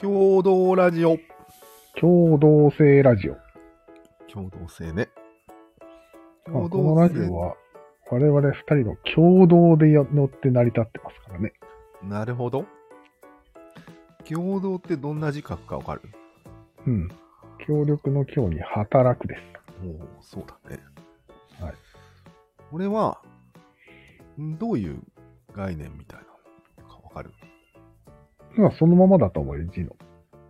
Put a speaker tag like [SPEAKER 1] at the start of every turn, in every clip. [SPEAKER 1] 共同ラジオ。
[SPEAKER 2] 共同性ラジオ。
[SPEAKER 1] 共同性ね。
[SPEAKER 2] まあこのラジオは、我々二人の共同でや乗って成り立ってますからね。
[SPEAKER 1] なるほど。共同ってどんな字書くかわかる
[SPEAKER 2] うん。協力の協に働くです。
[SPEAKER 1] もう、そうだね。
[SPEAKER 2] はい。
[SPEAKER 1] これは、んどういう概念みたいなのかわかる
[SPEAKER 2] まあ、そのままだと思うよ、字の。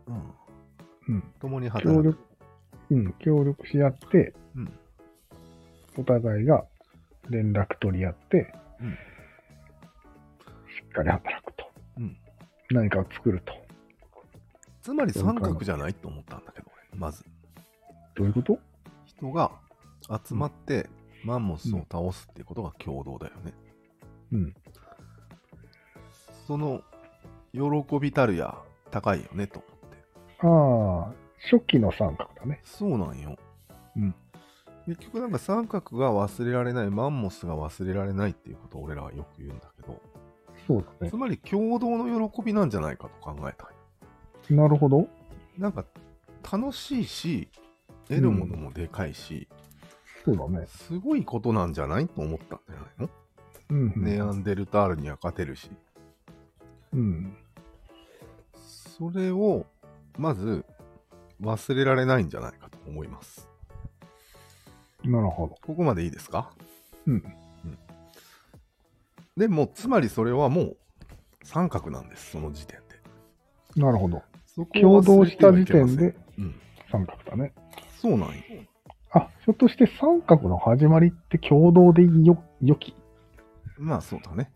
[SPEAKER 1] うん。
[SPEAKER 2] うん。
[SPEAKER 1] 共に
[SPEAKER 2] 協
[SPEAKER 1] 働く
[SPEAKER 2] 力。、うん、協力し合って、
[SPEAKER 1] うん。
[SPEAKER 2] お互いが連絡取り合って、
[SPEAKER 1] うん
[SPEAKER 2] しっかり働くと。
[SPEAKER 1] うん。
[SPEAKER 2] 何かを作ると。
[SPEAKER 1] つまり三角じゃないと思ったんだけど、俺まず。
[SPEAKER 2] どういうこと
[SPEAKER 1] 人が集まってマンモスを倒すっていうことが共同だよね。
[SPEAKER 2] うん。
[SPEAKER 1] その喜びたるや高いよねと思って。
[SPEAKER 2] ああ、初期の三角だね。
[SPEAKER 1] そうなんよ。
[SPEAKER 2] うん。
[SPEAKER 1] 結局なんか三角が忘れられない、マンモスが忘れられないっていうことを俺らはよく言うんだけど、
[SPEAKER 2] そうだね
[SPEAKER 1] つ。まり共同の喜びなんじゃないかと考えたんよ。
[SPEAKER 2] なるほど。
[SPEAKER 1] なんか楽しいし、得るものもでかいし、
[SPEAKER 2] そうだね。
[SPEAKER 1] すごいことなんじゃないと思ったんじゃないの、
[SPEAKER 2] うん、うん。
[SPEAKER 1] ネアンデルタールには勝てるし。
[SPEAKER 2] うん。
[SPEAKER 1] それを、まず、忘れられないんじゃないかと思います。
[SPEAKER 2] なるほど。
[SPEAKER 1] ここまでいいですか
[SPEAKER 2] うん。
[SPEAKER 1] でも、つまりそれはもう、三角なんです、その時点で。
[SPEAKER 2] なるほど。
[SPEAKER 1] そこを
[SPEAKER 2] 共
[SPEAKER 1] 忘
[SPEAKER 2] 同
[SPEAKER 1] れ
[SPEAKER 2] してた
[SPEAKER 1] はい
[SPEAKER 2] 時
[SPEAKER 1] けません
[SPEAKER 2] 点で
[SPEAKER 1] うん。
[SPEAKER 2] 三角だね。
[SPEAKER 1] そうなんよ。
[SPEAKER 2] あ、ひょっとして三角の始まりって共同でよ、良き、
[SPEAKER 1] まあ、そうだね。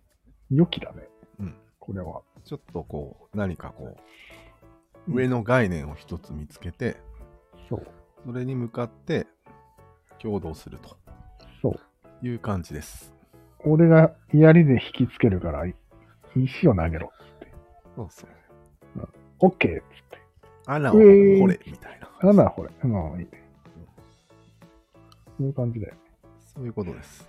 [SPEAKER 2] 良きだね。
[SPEAKER 1] うん。
[SPEAKER 2] これは。
[SPEAKER 1] ちょっとこう、何かこう、上の概念を一つ見つけて、
[SPEAKER 2] そう。
[SPEAKER 1] それに向かって、共同すると
[SPEAKER 2] そう。
[SPEAKER 1] いう感じです。
[SPEAKER 2] 俺が槍で引きつけるから、石を投げろ。
[SPEAKER 1] そうそう。
[SPEAKER 2] オッケーっつって。
[SPEAKER 1] 穴を
[SPEAKER 2] うえー
[SPEAKER 1] 掘れ、みたいな。
[SPEAKER 2] なんだこれ。うん、いいね。そういう感じだよ。
[SPEAKER 1] そういうことです。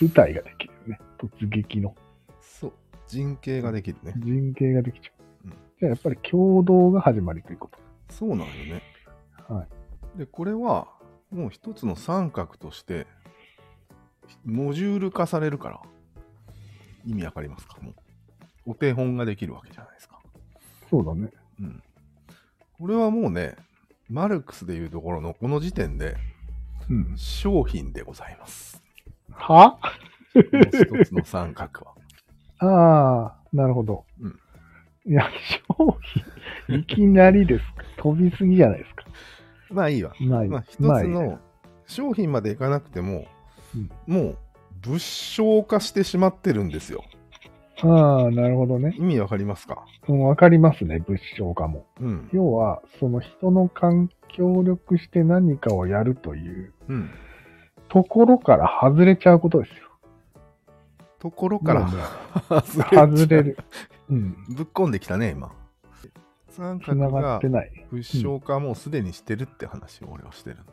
[SPEAKER 2] 舞台ができるよね。突撃の。
[SPEAKER 1] そう。人形ができるね。
[SPEAKER 2] 人形ができちゃ
[SPEAKER 1] う
[SPEAKER 2] う。
[SPEAKER 1] ん
[SPEAKER 2] じゃあやっぱり共同が始まりというこ
[SPEAKER 1] そうなんよね。
[SPEAKER 2] と。はい。
[SPEAKER 1] で、これは、もう一つの三角として、モジュール化されるから、意味わかりますかもう、お手本ができるわけじゃないですか。
[SPEAKER 2] そうだね。
[SPEAKER 1] うん。これはもうね、マルクスでいうところの、この時点で、
[SPEAKER 2] うん。
[SPEAKER 1] 商品でございます。
[SPEAKER 2] は
[SPEAKER 1] この一つの三角は。
[SPEAKER 2] ああ、なるほど。
[SPEAKER 1] うん
[SPEAKER 2] いや、商品、いきなりですか。 飛びすぎじゃないですか。
[SPEAKER 1] まあいいわ。
[SPEAKER 2] まあいい
[SPEAKER 1] まあ一つ
[SPEAKER 2] まあいい
[SPEAKER 1] の、商品までいかなくても
[SPEAKER 2] うん、
[SPEAKER 1] もう、物証化してしまってるんですよ。
[SPEAKER 2] ああ、なるほどね。
[SPEAKER 1] 意味わかりますか
[SPEAKER 2] うんわかりますね、物証化も。
[SPEAKER 1] うん。
[SPEAKER 2] 要は、その人の環協力して何かをやるという
[SPEAKER 1] うん。
[SPEAKER 2] ところから外れちゃうことですよ。
[SPEAKER 1] ところから
[SPEAKER 2] もうね
[SPEAKER 1] 外れちゃう
[SPEAKER 2] 外れる。うん。
[SPEAKER 1] ぶっこんできたね、今。三
[SPEAKER 2] つ
[SPEAKER 1] 角
[SPEAKER 2] なが
[SPEAKER 1] が
[SPEAKER 2] ってない。
[SPEAKER 1] 物証化もうすでにしてるって話を俺はしてるんだけ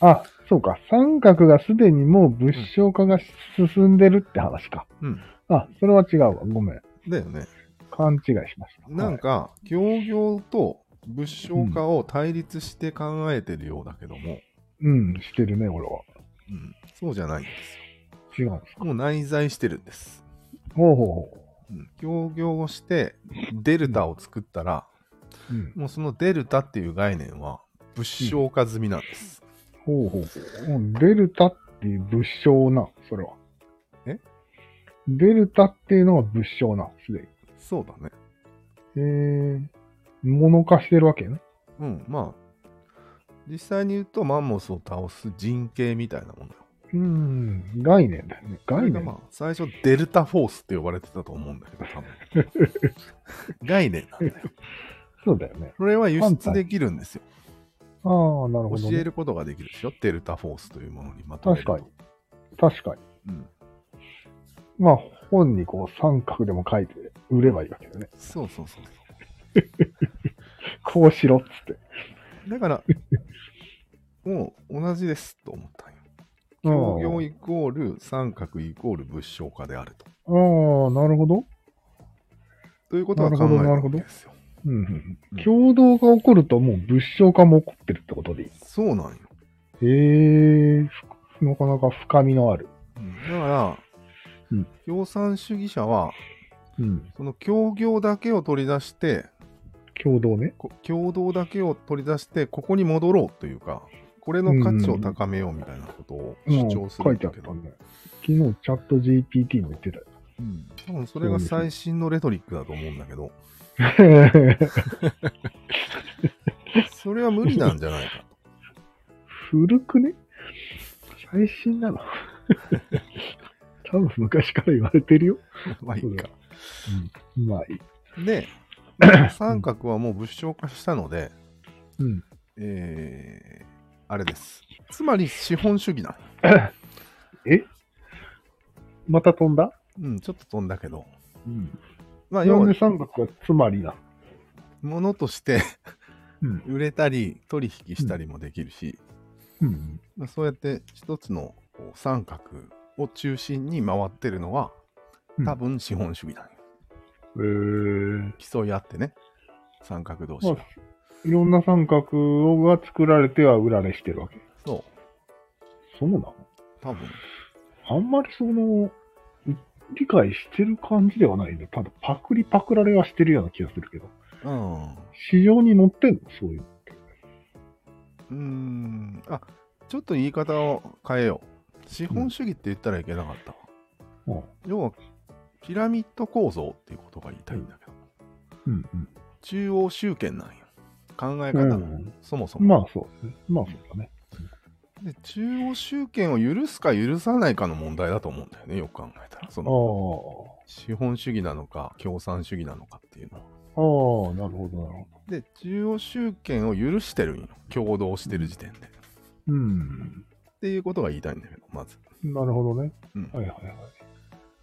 [SPEAKER 1] ど。
[SPEAKER 2] あ、そうか。三角がすでにもう物証化が進んでるって話か。
[SPEAKER 1] うん。
[SPEAKER 2] あ、それは違うわ。ごめん。
[SPEAKER 1] だよね。
[SPEAKER 2] 勘違いしました。
[SPEAKER 1] なんか、協業と物証化を対立して考えてるようだけども、
[SPEAKER 2] うん、してるね、俺は。
[SPEAKER 1] うん、そうじゃないんです
[SPEAKER 2] 違うんですか。
[SPEAKER 1] よ。もう内在してるんです。
[SPEAKER 2] ほうほうほ
[SPEAKER 1] うん、協業をしてデルタを作ったら、
[SPEAKER 2] う。うん。
[SPEAKER 1] もうそのデルタっていう概念は物証化済みなんです。
[SPEAKER 2] ほうほうほう。うんデルタっていう物証な、それは。
[SPEAKER 1] え
[SPEAKER 2] デルタっていうのは物証な、すでに。
[SPEAKER 1] そうだね。
[SPEAKER 2] えー、物化してるわけね。
[SPEAKER 1] うん、まあ、実際に言うと、マンモスを倒す人形みたいなものよ。
[SPEAKER 2] うーん、概念だよね。
[SPEAKER 1] これ
[SPEAKER 2] 概
[SPEAKER 1] が
[SPEAKER 2] 念。
[SPEAKER 1] まあ、最初、デルタフォースって呼ばれてたと思うんだけど、多分。 概念なんだよ。
[SPEAKER 2] そうだよね。
[SPEAKER 1] それは輸出できるんですよ。
[SPEAKER 2] ああ、 なるほど、
[SPEAKER 1] 教
[SPEAKER 2] ね
[SPEAKER 1] え。ることができるでしょ、デルタフォースというものにまとめると。
[SPEAKER 2] 確確かに。
[SPEAKER 1] うん。
[SPEAKER 2] まあ、本にこう三角でも書いて売ればいいわけだよね。
[SPEAKER 1] そうそうそうそ
[SPEAKER 2] こうしろっつって。
[SPEAKER 1] う。だ から、もう同じですと思ったんよ。
[SPEAKER 2] うん
[SPEAKER 1] 協業イコール三角イコール物証化であると。
[SPEAKER 2] ああ、なるほど。
[SPEAKER 1] ということは
[SPEAKER 2] なる
[SPEAKER 1] 考
[SPEAKER 2] ほ
[SPEAKER 1] え
[SPEAKER 2] ど
[SPEAKER 1] る
[SPEAKER 2] なる
[SPEAKER 1] わ
[SPEAKER 2] ほ
[SPEAKER 1] け
[SPEAKER 2] ど
[SPEAKER 1] ですよ。
[SPEAKER 2] うんうん
[SPEAKER 1] うん
[SPEAKER 2] 共同が起こるともう物証化も起こってるってことでいい。
[SPEAKER 1] そうなんよ。
[SPEAKER 2] へえ、ふなかなか深みのある。
[SPEAKER 1] うんだから、
[SPEAKER 2] うん
[SPEAKER 1] 共産主義者は、
[SPEAKER 2] うん。
[SPEAKER 1] その協業だけを取り出して、
[SPEAKER 2] 共同ね。
[SPEAKER 1] こ共同だけを取り出して、ここに戻ろうというか、これの価値を高めようみたいなことを主
[SPEAKER 2] も
[SPEAKER 1] 張
[SPEAKER 2] う
[SPEAKER 1] する
[SPEAKER 2] 書
[SPEAKER 1] ん
[SPEAKER 2] いてあ
[SPEAKER 1] だけ
[SPEAKER 2] った
[SPEAKER 1] ど、
[SPEAKER 2] んだよ。昨日チャット GPT も言ってたよ。
[SPEAKER 1] うん多分それが最新のレトリックだと思うんだけ ど、それは無理なんじゃないかと。
[SPEAKER 2] 古くね最 新なの多分昔から言われてるよ。
[SPEAKER 1] まあいいか。
[SPEAKER 2] まあいい。
[SPEAKER 1] で、三角はもう物証化したので、
[SPEAKER 2] うん。
[SPEAKER 1] えー、あれです。つまり資本主義だ。
[SPEAKER 2] また飛んだ
[SPEAKER 1] うん、ちょっと飛んだけど。
[SPEAKER 2] うん。
[SPEAKER 1] まあ、要
[SPEAKER 2] なん
[SPEAKER 1] は
[SPEAKER 2] で三角がつまりな。
[SPEAKER 1] 物として
[SPEAKER 2] うん。
[SPEAKER 1] 売れたり取引したりもできるし、
[SPEAKER 2] うん。
[SPEAKER 1] まあ、そうやって一つのこう三角を中心に回ってるのは
[SPEAKER 2] うん
[SPEAKER 1] 多分資本主義だ、ね
[SPEAKER 2] えー。
[SPEAKER 1] 競い合ってね三角同士
[SPEAKER 2] ま
[SPEAKER 1] が、
[SPEAKER 2] あ、いろんな三角をが作られては売られしてるわけ。
[SPEAKER 1] そう
[SPEAKER 2] そうなの
[SPEAKER 1] 多分
[SPEAKER 2] あんまりその、う理解してる感じではないね。ただパクリパクられはしてるような気がするけど。
[SPEAKER 1] うん
[SPEAKER 2] 市場に乗ってんのそういう。
[SPEAKER 1] うーんあちょっと言い方を変えよう資本主義って言ったらいけなかったわ、
[SPEAKER 2] うん。
[SPEAKER 1] 要はピラミッド構造っていうことが言いたいんだけど、
[SPEAKER 2] うん
[SPEAKER 1] 中央集権なんよ考え
[SPEAKER 2] う
[SPEAKER 1] 方
[SPEAKER 2] ん
[SPEAKER 1] の、そもそ
[SPEAKER 2] うん。ま
[SPEAKER 1] も、
[SPEAKER 2] あそうですね。まあそうだね。
[SPEAKER 1] で中央集権を許すか許さないかの問題だと思うんだよねよく考えたらそ
[SPEAKER 2] あ
[SPEAKER 1] の
[SPEAKER 2] あ。
[SPEAKER 1] 資本主義なのか共産主義なのかっていうのは
[SPEAKER 2] ああ、なるほど、なるほど。
[SPEAKER 1] で中央集権を許してるんよ共同してる時点でっ
[SPEAKER 2] うん。
[SPEAKER 1] ていうことが言いたいんだけどまず
[SPEAKER 2] なるほどね。
[SPEAKER 1] うん
[SPEAKER 2] はいはいはい。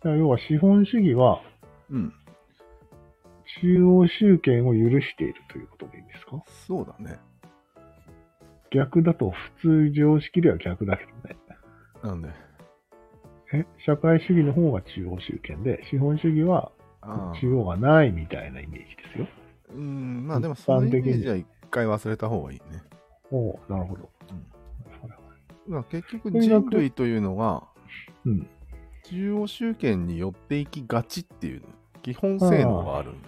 [SPEAKER 2] じゃあ要は資本主義は
[SPEAKER 1] うん
[SPEAKER 2] 中央集権を許しているということでいいんですか
[SPEAKER 1] そうだね
[SPEAKER 2] 逆だと普通常識では逆だけどね。
[SPEAKER 1] なんで
[SPEAKER 2] え社会主義の方が中央集権で、資本主義は
[SPEAKER 1] ああ
[SPEAKER 2] 中央がないみたいなイメージですよ。
[SPEAKER 1] うんまあでもそのイメージは一回忘れた方がいいね
[SPEAKER 2] おおなるほど。
[SPEAKER 1] まあ結局人類というのが
[SPEAKER 2] うん
[SPEAKER 1] 中央集権に寄っていきがちっていう基本性能があるんよ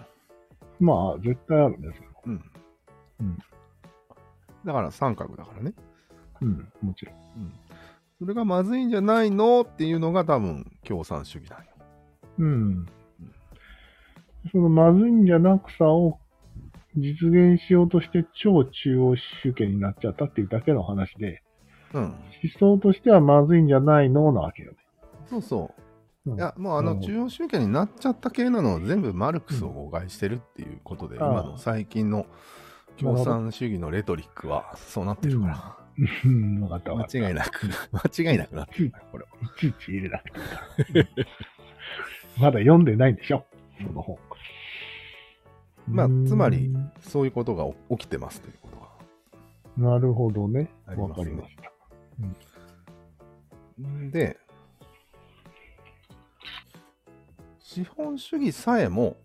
[SPEAKER 2] まあ、絶対あるんですよ。
[SPEAKER 1] うん
[SPEAKER 2] うん
[SPEAKER 1] だから三角だからね
[SPEAKER 2] うん、もちろん。
[SPEAKER 1] うんそれがまずいんじゃないのっていうのが多分共産主義なんよ。
[SPEAKER 2] うん。そのまずいんじゃなくさを実現しようとして超中央集権になっちゃったっていうだけの話で、
[SPEAKER 1] うん。
[SPEAKER 2] 思想としてはまずいんじゃないのなわけよね。
[SPEAKER 1] そうそうう。
[SPEAKER 2] ん
[SPEAKER 1] いや、もうあの
[SPEAKER 2] なるほど
[SPEAKER 1] 中央集権になっちゃった系なのは全部マルクスを誤解してるっていうことで、
[SPEAKER 2] うん
[SPEAKER 1] 今の最近の共産主義のレトリックはそうなってるから、
[SPEAKER 2] うん、わかったわかった。
[SPEAKER 1] 間違いなく、間違いなくなってるなこれは。
[SPEAKER 2] いちいち入れなくていいから。まだ読んでないんでしょその本。
[SPEAKER 1] まあ
[SPEAKER 2] うん
[SPEAKER 1] つまり。そういうことが起きてますということが。
[SPEAKER 2] なるほどね。
[SPEAKER 1] ありますね
[SPEAKER 2] わかりました。
[SPEAKER 1] で、資本主義さえも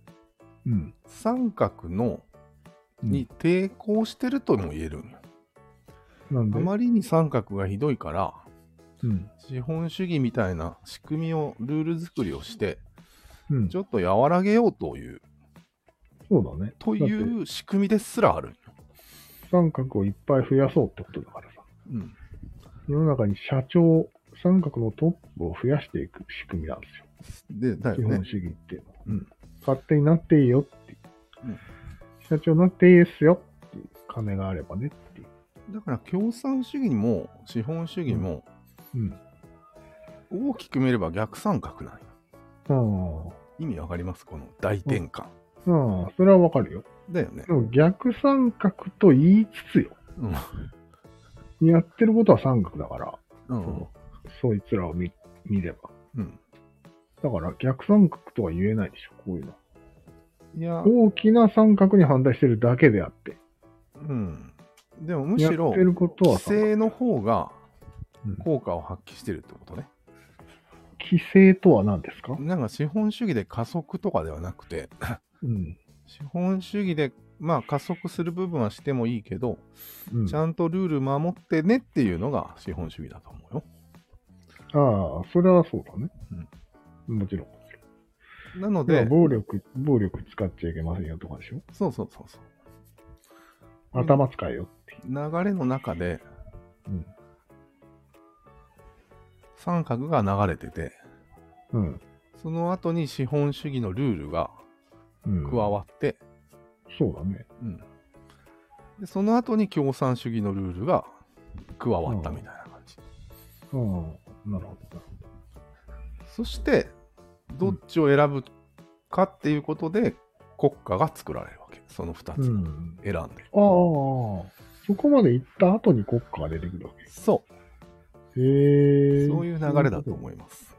[SPEAKER 2] うん。
[SPEAKER 1] 三角の
[SPEAKER 2] うん
[SPEAKER 1] に抵抗してるとも言えるんよ
[SPEAKER 2] なん
[SPEAKER 1] あ
[SPEAKER 2] で、
[SPEAKER 1] まりに三角がひどいから、
[SPEAKER 2] うん。
[SPEAKER 1] 資本主義みたいな仕組みを、ルール作りをして、
[SPEAKER 2] うん
[SPEAKER 1] ち。ょっと和らげようという、
[SPEAKER 2] そうだね。
[SPEAKER 1] と
[SPEAKER 2] だって
[SPEAKER 1] いう仕組みですらあるんよ。
[SPEAKER 2] 三角をいっぱい増やそうってことだからさ。
[SPEAKER 1] うん。
[SPEAKER 2] 世の中に社長、三角のトップを増やしていく仕組みなんです
[SPEAKER 1] で、
[SPEAKER 2] よ。
[SPEAKER 1] だよ
[SPEAKER 2] 基本
[SPEAKER 1] ね。
[SPEAKER 2] 主義っていうのは。
[SPEAKER 1] うん
[SPEAKER 2] 勝手になっていいよっていう、
[SPEAKER 1] うん
[SPEAKER 2] 社長になっていいですよっていう。金があればねっていう。
[SPEAKER 1] だから共産主義も資本主義も
[SPEAKER 2] うん。
[SPEAKER 1] 大きく見れば逆三角なんよ。
[SPEAKER 2] ああ。
[SPEAKER 1] 意味わかりますこの大転換。
[SPEAKER 2] ああ、それはわかるよ。
[SPEAKER 1] だよね
[SPEAKER 2] で。も逆三角と言いつつよ。
[SPEAKER 1] うん。
[SPEAKER 2] やってることは三角だから、
[SPEAKER 1] うん。
[SPEAKER 2] そいつらを見見れば。
[SPEAKER 1] うん。
[SPEAKER 2] だから逆三角とは言えないでしょ、こういうの。
[SPEAKER 1] いや、
[SPEAKER 2] 大きな三角に反対してるだけであって。
[SPEAKER 1] うん。でもむし
[SPEAKER 2] やっ
[SPEAKER 1] ろ
[SPEAKER 2] て、ることは
[SPEAKER 1] 規
[SPEAKER 2] 三角
[SPEAKER 1] 制の方が
[SPEAKER 2] うん
[SPEAKER 1] 効果を発揮してるってことね。
[SPEAKER 2] 規制とは何ですか
[SPEAKER 1] なんか資本主義で加速とかではなくて、
[SPEAKER 2] うん。
[SPEAKER 1] 資本主義でまあ加速する部分はしてもいいけど、
[SPEAKER 2] うん
[SPEAKER 1] ちゃんとルール守ってねっていうのが資本主義だと思うよ。
[SPEAKER 2] ああ、それはそうだね。もちろん。
[SPEAKER 1] なの
[SPEAKER 2] で
[SPEAKER 1] で、
[SPEAKER 2] 暴力、暴力使っちゃいけませんよとかでしょ
[SPEAKER 1] そうそうそうそう。うん
[SPEAKER 2] 頭使えよっていう。
[SPEAKER 1] 流れの中で、
[SPEAKER 2] うん
[SPEAKER 1] 三角が流れてて、
[SPEAKER 2] うん。
[SPEAKER 1] その後に資本主義のルールが
[SPEAKER 2] うん、
[SPEAKER 1] 加わって、
[SPEAKER 2] そうだね。
[SPEAKER 1] うんでその後に共産主義のルールが加わったみたいな感じ。
[SPEAKER 2] うん。なるほど。
[SPEAKER 1] そして、どっちを選ぶかっていうことで、国家が作られるわけ。その2
[SPEAKER 2] う
[SPEAKER 1] つ選
[SPEAKER 2] ん。
[SPEAKER 1] んで。
[SPEAKER 2] ああ、そこまで行った後に国家が出てくるわけ。
[SPEAKER 1] そう。
[SPEAKER 2] へえ。
[SPEAKER 1] そういう流れだと
[SPEAKER 2] う。
[SPEAKER 1] 思います。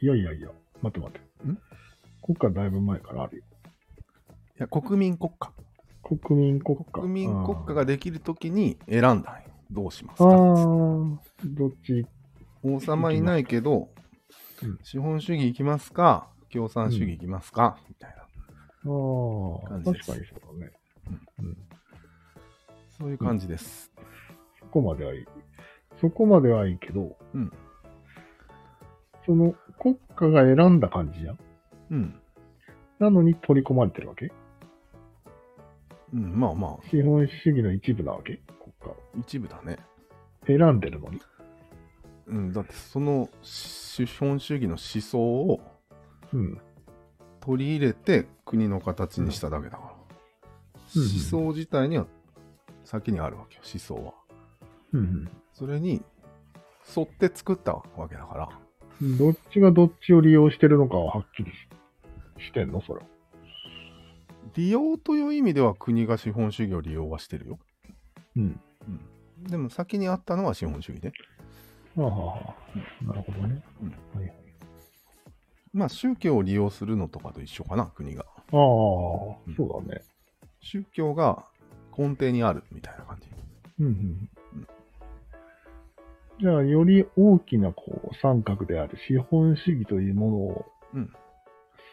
[SPEAKER 2] いやいやいや、待って待って。
[SPEAKER 1] ん
[SPEAKER 2] 国家だいぶ前からあるよ。
[SPEAKER 1] いや、国民国家。
[SPEAKER 2] 国民国家。
[SPEAKER 1] 国民国家が
[SPEAKER 2] あ
[SPEAKER 1] できるときに選んだんよ。どうします
[SPEAKER 2] あ
[SPEAKER 1] か
[SPEAKER 2] ー、どっち
[SPEAKER 1] 王様いないけど
[SPEAKER 2] うん、
[SPEAKER 1] 資本主義行きますか共産主義行きますか、みたいな。
[SPEAKER 2] ああ、
[SPEAKER 1] 感じで
[SPEAKER 2] 確
[SPEAKER 1] す
[SPEAKER 2] かにそうだね。うん。
[SPEAKER 1] そういう感じです。
[SPEAKER 2] そこまではいい。そこまではいいけど、
[SPEAKER 1] うん
[SPEAKER 2] その国家が選んだ感じじゃん。
[SPEAKER 1] うん。
[SPEAKER 2] なのに取り込まれてるわけ
[SPEAKER 1] うん、まあま
[SPEAKER 2] 資本主義の一部なわけ国家を。
[SPEAKER 1] あ、一部だね。
[SPEAKER 2] 選んでるのに。
[SPEAKER 1] うん、だってその資本主義の思想を
[SPEAKER 2] うん。
[SPEAKER 1] 取り入れて国の形にしただけだから。
[SPEAKER 2] うん
[SPEAKER 1] 思想自体には先にあるわけよ、思想は。
[SPEAKER 2] うん、
[SPEAKER 1] それに沿って作ったわけだから。
[SPEAKER 2] うん。どっちがどっちを利用してるのかははっきりししてんのそれは。
[SPEAKER 1] 利用という意味では国が資本主義を利用はしてるよ。
[SPEAKER 2] うん。
[SPEAKER 1] うん、でも先にあったのは資本主義で。
[SPEAKER 2] ああ、なるほどね。
[SPEAKER 1] まあ宗教を利用するのとかと一緒かな、国が。
[SPEAKER 2] ああ、そうだね。
[SPEAKER 1] 宗教が根底にあるみたいな感じ。
[SPEAKER 2] うんうん。じゃあ、より大きなこう三角である資本主義というものを
[SPEAKER 1] うん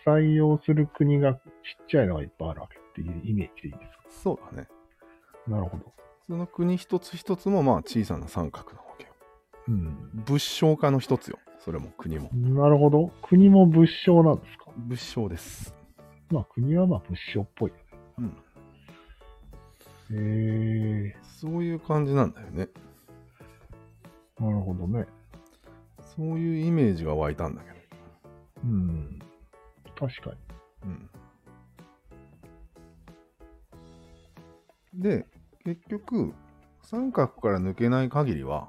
[SPEAKER 2] 採用する国がちっちゃいのがいっぱいあるわけっていうイメージでいいです
[SPEAKER 1] そうだね。
[SPEAKER 2] かなるほど。
[SPEAKER 1] その国一つ一つもまあ小さな三角なわけよ。
[SPEAKER 2] うん。
[SPEAKER 1] 物証化の一つよ。それも国も。
[SPEAKER 2] なるほど。国も物証なんですか
[SPEAKER 1] 物証です。
[SPEAKER 2] まあ国はまあ物証っぽいよ
[SPEAKER 1] うん。
[SPEAKER 2] ね。へ
[SPEAKER 1] そういう感じなんだよね。
[SPEAKER 2] え、なるほどね。
[SPEAKER 1] そういうイメージが湧いたんだけど。
[SPEAKER 2] うん。確か
[SPEAKER 1] うん。で、結局、三角から抜けない限りは、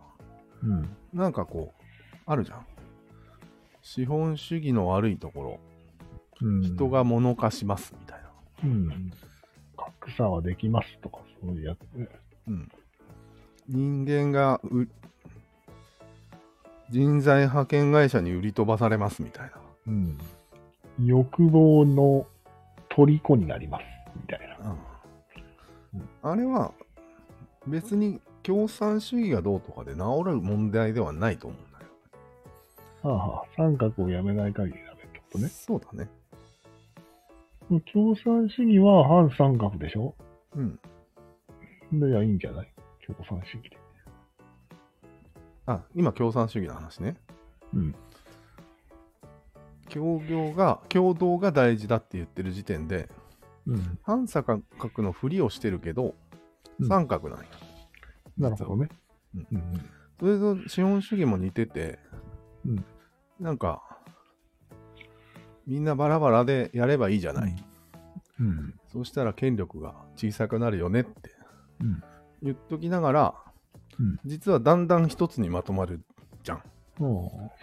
[SPEAKER 2] に。うん。
[SPEAKER 1] なんかこう、あるじゃん。資本主義の悪いところ、
[SPEAKER 2] うん、
[SPEAKER 1] 人が物化しますみたいな。
[SPEAKER 2] うん。格差はできますとか、そういうやつね。
[SPEAKER 1] うん。人間がう、人材派遣会社に売り飛ばされますみたい
[SPEAKER 2] うん。欲望の虜になります、みたいな。
[SPEAKER 1] な。あれは、別に共産主義がどうとかで治る問題ではないと思うんだよ。
[SPEAKER 2] はあはあ、三角をやめない限りダメってことね。
[SPEAKER 1] そうだね。
[SPEAKER 2] 共産主義は反三角でしょ
[SPEAKER 1] うん。
[SPEAKER 2] で、いや、いいんじゃない共産主義で。
[SPEAKER 1] あ、今共産主義の話ね。
[SPEAKER 2] うん。
[SPEAKER 1] 協業が、共同が大事だって言ってる時点で、
[SPEAKER 2] うん。
[SPEAKER 1] 反三角のふりをしてるけど、
[SPEAKER 2] うん
[SPEAKER 1] 三角なんや。
[SPEAKER 2] なるほどね。
[SPEAKER 1] うん
[SPEAKER 2] うん。
[SPEAKER 1] それと資本主義も似てて、
[SPEAKER 2] うん
[SPEAKER 1] なんか、みんなバラバラでやればいいじゃない。
[SPEAKER 2] うん。
[SPEAKER 1] そうしたら権力が小さくなるよねって
[SPEAKER 2] うん。
[SPEAKER 1] 言っときながら、
[SPEAKER 2] うん
[SPEAKER 1] 実はだんだん一つにまとまるじゃん。
[SPEAKER 2] ああ、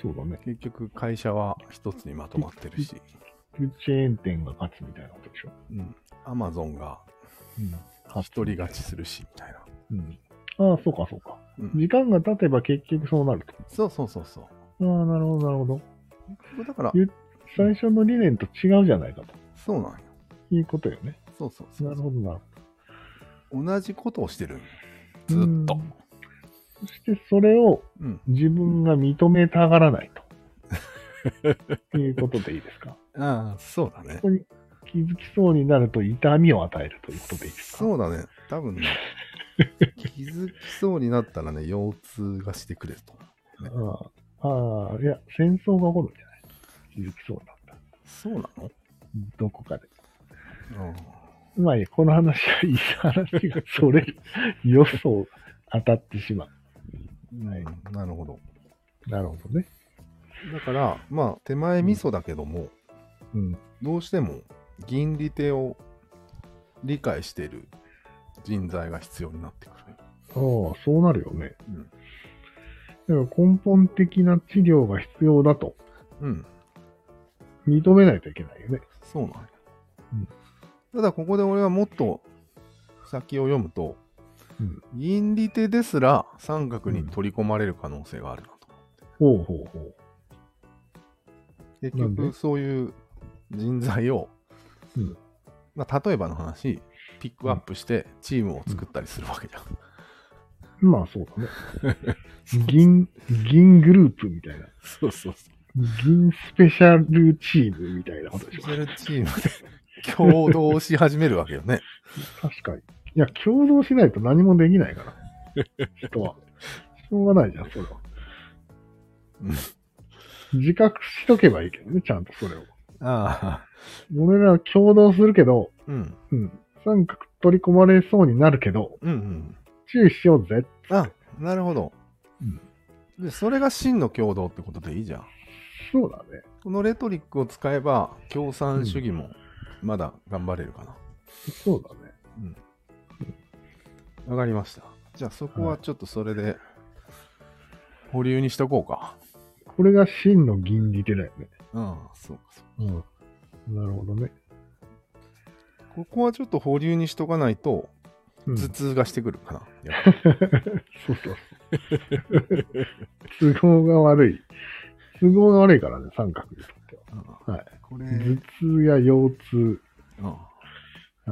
[SPEAKER 2] そうだね。
[SPEAKER 1] 結局会社は一つにまとまってるし、
[SPEAKER 2] チェーン店が勝つみたいなことでしょ。
[SPEAKER 1] うん、アマゾンが
[SPEAKER 2] うん。
[SPEAKER 1] 一人勝ちするしみたいな。
[SPEAKER 2] うん。ああ、そうか、そうか。
[SPEAKER 1] うん
[SPEAKER 2] 時間が経てば結局そうなると。
[SPEAKER 1] そうそうそうそう。
[SPEAKER 2] ああ、なるほど、なるほど。
[SPEAKER 1] これだから、
[SPEAKER 2] ゆ最初の理念と違うじゃないかと
[SPEAKER 1] そうなんよ。
[SPEAKER 2] いうことよね。
[SPEAKER 1] そうそうそ
[SPEAKER 2] な
[SPEAKER 1] う
[SPEAKER 2] る。ほど、なるほ
[SPEAKER 1] 同じことをしてるんよず
[SPEAKER 2] ど。
[SPEAKER 1] っ
[SPEAKER 2] うん
[SPEAKER 1] と。。
[SPEAKER 2] そしてそれを
[SPEAKER 1] うん。
[SPEAKER 2] 自分が認めたがらないと。いうことでいいですか。
[SPEAKER 1] ああ、そうだね
[SPEAKER 2] こ。こに気づきそうになると痛みを与えるということでいいですか
[SPEAKER 1] そうだね。多分ね、気づきそうになったらね、腰痛がしてくれると。
[SPEAKER 2] ああああ、いや、戦争が起こるんじゃない気づきそうになった。
[SPEAKER 1] そうなの
[SPEAKER 2] どこかで。
[SPEAKER 1] うん
[SPEAKER 2] まあいいや、この話はいい話が、それ、予想当たってしまはい
[SPEAKER 1] うんなるほど。
[SPEAKER 2] う。なるほどね。
[SPEAKER 1] だから、まあ、手前味噌だけども、
[SPEAKER 2] うん。
[SPEAKER 1] どうしても銀利手を理解している人材が必要になってくる。
[SPEAKER 2] ああ、そうなるよね。
[SPEAKER 1] うん
[SPEAKER 2] だから根本的な治療が必要だと
[SPEAKER 1] うん、
[SPEAKER 2] 認めないといけないよね。
[SPEAKER 1] そうなんや
[SPEAKER 2] うん。
[SPEAKER 1] ただ、ここで俺はもっと先を読むと、
[SPEAKER 2] うん
[SPEAKER 1] 銀利手ですら三角に取り込まれる可能性があるなと。
[SPEAKER 2] ほうほうほう。
[SPEAKER 1] 結
[SPEAKER 2] なんで
[SPEAKER 1] 局、そういう人材を、
[SPEAKER 2] うん
[SPEAKER 1] まあ、例えばの話、ピックアップしてチームを作ったりするわけじゃん。
[SPEAKER 2] まあそうだね。 銀、銀グループみたいな。
[SPEAKER 1] そうそうそう。
[SPEAKER 2] 銀スペシャルチームみたいなこと
[SPEAKER 1] スペ
[SPEAKER 2] でし
[SPEAKER 1] シ
[SPEAKER 2] ょ。
[SPEAKER 1] ャルチームで共同し始めるわけよね。
[SPEAKER 2] 確かに。いや、共同しないと何もできないから。人は。しょうがないじゃん、それは
[SPEAKER 1] うん。
[SPEAKER 2] 自覚しとけばいいけどね、ちゃんとそれを。
[SPEAKER 1] ああ。
[SPEAKER 2] 俺らは共同するけど、
[SPEAKER 1] うん。
[SPEAKER 2] うん。三角取り込まれそうになるけど、
[SPEAKER 1] うんうん。
[SPEAKER 2] 注意しようぜ。
[SPEAKER 1] あ、なるほど。
[SPEAKER 2] うん
[SPEAKER 1] で、それが真の共同ってことでいいじゃん。
[SPEAKER 2] そうだね。
[SPEAKER 1] このレトリックを使えば、共産主義もまだ頑張れるかな。わ、
[SPEAKER 2] そうだね。
[SPEAKER 1] かりました。じゃあそこはちょっとそれで、保留にしとこうか。
[SPEAKER 2] これが真の銀利手だよね。
[SPEAKER 1] うん、そうかそう
[SPEAKER 2] うん。なるほどね。
[SPEAKER 1] か。ここはちょっと保留にしとかないと、
[SPEAKER 2] う
[SPEAKER 1] 頭
[SPEAKER 2] ん
[SPEAKER 1] 痛がしてくるかな。やっぱり
[SPEAKER 2] そうそうそう。都 合が悪い。都合が悪いからね、三角にとっては。
[SPEAKER 1] うん
[SPEAKER 2] はい
[SPEAKER 1] これ、
[SPEAKER 2] 頭痛や腰痛、
[SPEAKER 1] うん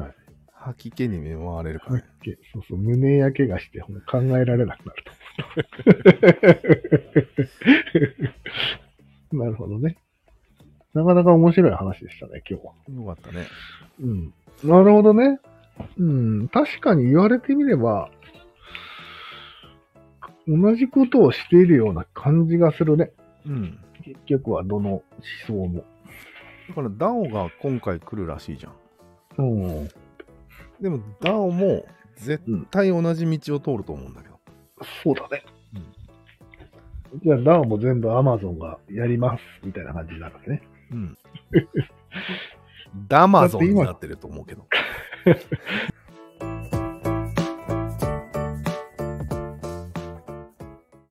[SPEAKER 2] はい
[SPEAKER 1] 吐き気に見舞われるから
[SPEAKER 2] 吐
[SPEAKER 1] ね。
[SPEAKER 2] き気、そうそう、胸やけがして、ほんと考えられなくなる と。 なるほどね。なかなか面白い話でしたね、今日は。
[SPEAKER 1] よかったね。
[SPEAKER 2] うん。なるほどね。うん。確かに言われてみれば、同じことをしているような感じがするね。
[SPEAKER 1] うん。
[SPEAKER 2] 結局はどの思想も。
[SPEAKER 1] だから DAO が今回来るらしいじゃん。
[SPEAKER 2] うん。
[SPEAKER 1] でも DAO も絶対同じ道を通ると思うんだけど。
[SPEAKER 2] そうだね。じゃあ、ダウも全部 Amazon がやります、みたいな感じになるわけね。
[SPEAKER 1] うん。ダマゾンになってると思うけど。